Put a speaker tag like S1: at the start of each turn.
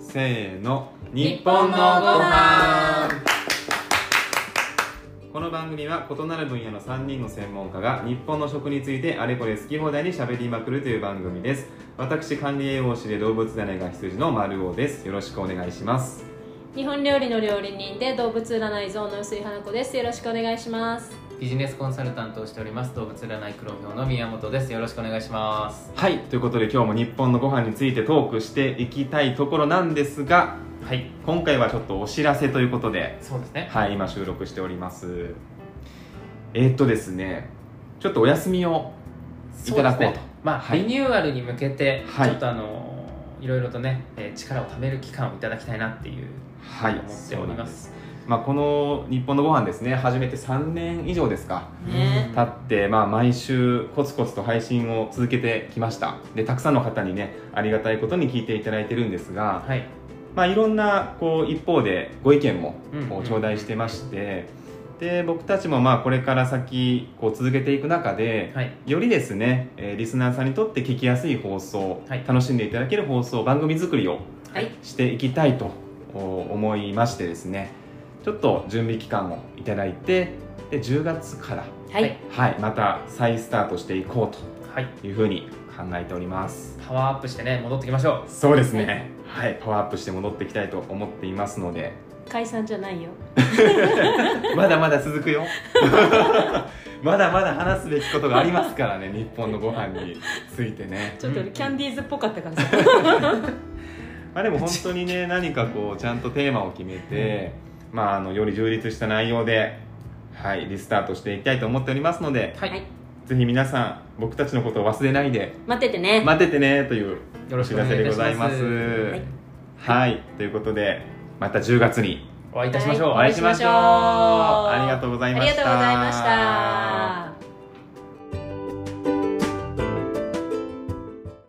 S1: せーの
S2: 日本のごは
S1: この番組は異なる分野の3人の専門家が日本の食についてあれこれ好き放題にしゃべりまくるという番組です私管理栄養士で動物占いが羊の丸尾ですよろしくお願いします
S2: 日本料理の料理人で動物占い象の薄井花子ですよろしくお願いします
S3: ビジネスコンサルタントをしております動物占い黒豹の宮本ですよろしくお願いします
S1: はいということで今日も日本のご飯についてトークしていきたいところなんですが
S3: はい
S1: 今回はちょっとお知らせということで
S3: そうですね
S1: はい、今収録しております。えーっとですね、ちょっとお休みをいただこうと
S3: そうですねまあ、
S1: はい
S3: リニューアルに向けて、
S1: はい
S3: ちょっとあのいろいろとね、えー力を貯める期間をいただきたいなっていう
S1: はい
S3: 思っておりま。す
S1: そうなんでまあこの日本のご飯ですね、始めて3年以上ですか。
S2: ね
S1: 経って、まあ、毎週コツコツと配信を続けてきましたでたくさんの方にねありがたいことに聞いていただいてるんですが、
S3: はい
S1: まあ、いろんなこう一方でご意見も
S3: うん
S1: こう頂戴してまして、で僕たちもまあこれから先こう続けていく中で、
S3: はい
S1: よりですね、えーリスナーさんにとって聞きやすい放送、
S3: はい
S1: 楽しんでいただける放送番組作りを
S2: はい
S1: していきたいとお思いましてですねちょっと準備期間をいただいてで10月から、
S2: はい、
S3: はい
S1: はい、また再スタートしていこう
S3: はい
S1: というふうに考えております
S3: パワーアップしてね戻ってきましょ
S1: そうですねはいパワーアップして戻っていきたいと思っていますので
S2: 解散じゃないよ
S1: まだまだ続くよ まだまだ話すべきことがありますからね日本のご飯についてね
S2: ちょっと俺
S3: うん
S2: キャンディーズっぽかったからさ
S1: まあ、でも本当にね何かこうちゃんとテーマを決めて、まあ、あのより充実した内容で、はい、リスタートしていきたいと思っておりますので
S3: うはい、
S2: はい
S1: ぜひ皆さん僕たちのことを忘れないで
S2: 待っててね
S1: 待っててねという
S3: よ
S1: お
S3: ろし
S1: 知
S3: くお
S1: らせ
S3: 願いい
S1: で
S3: た
S1: ご
S3: し
S1: ざいま
S3: ますす
S2: はい
S1: はい、ということでまた10月に
S3: お会いいたしましょう、
S1: お会いしましょう、
S2: お会いしましょ
S1: あ
S2: う
S1: りがとうござい
S2: あ
S1: ま
S2: り
S1: し
S2: がとうございました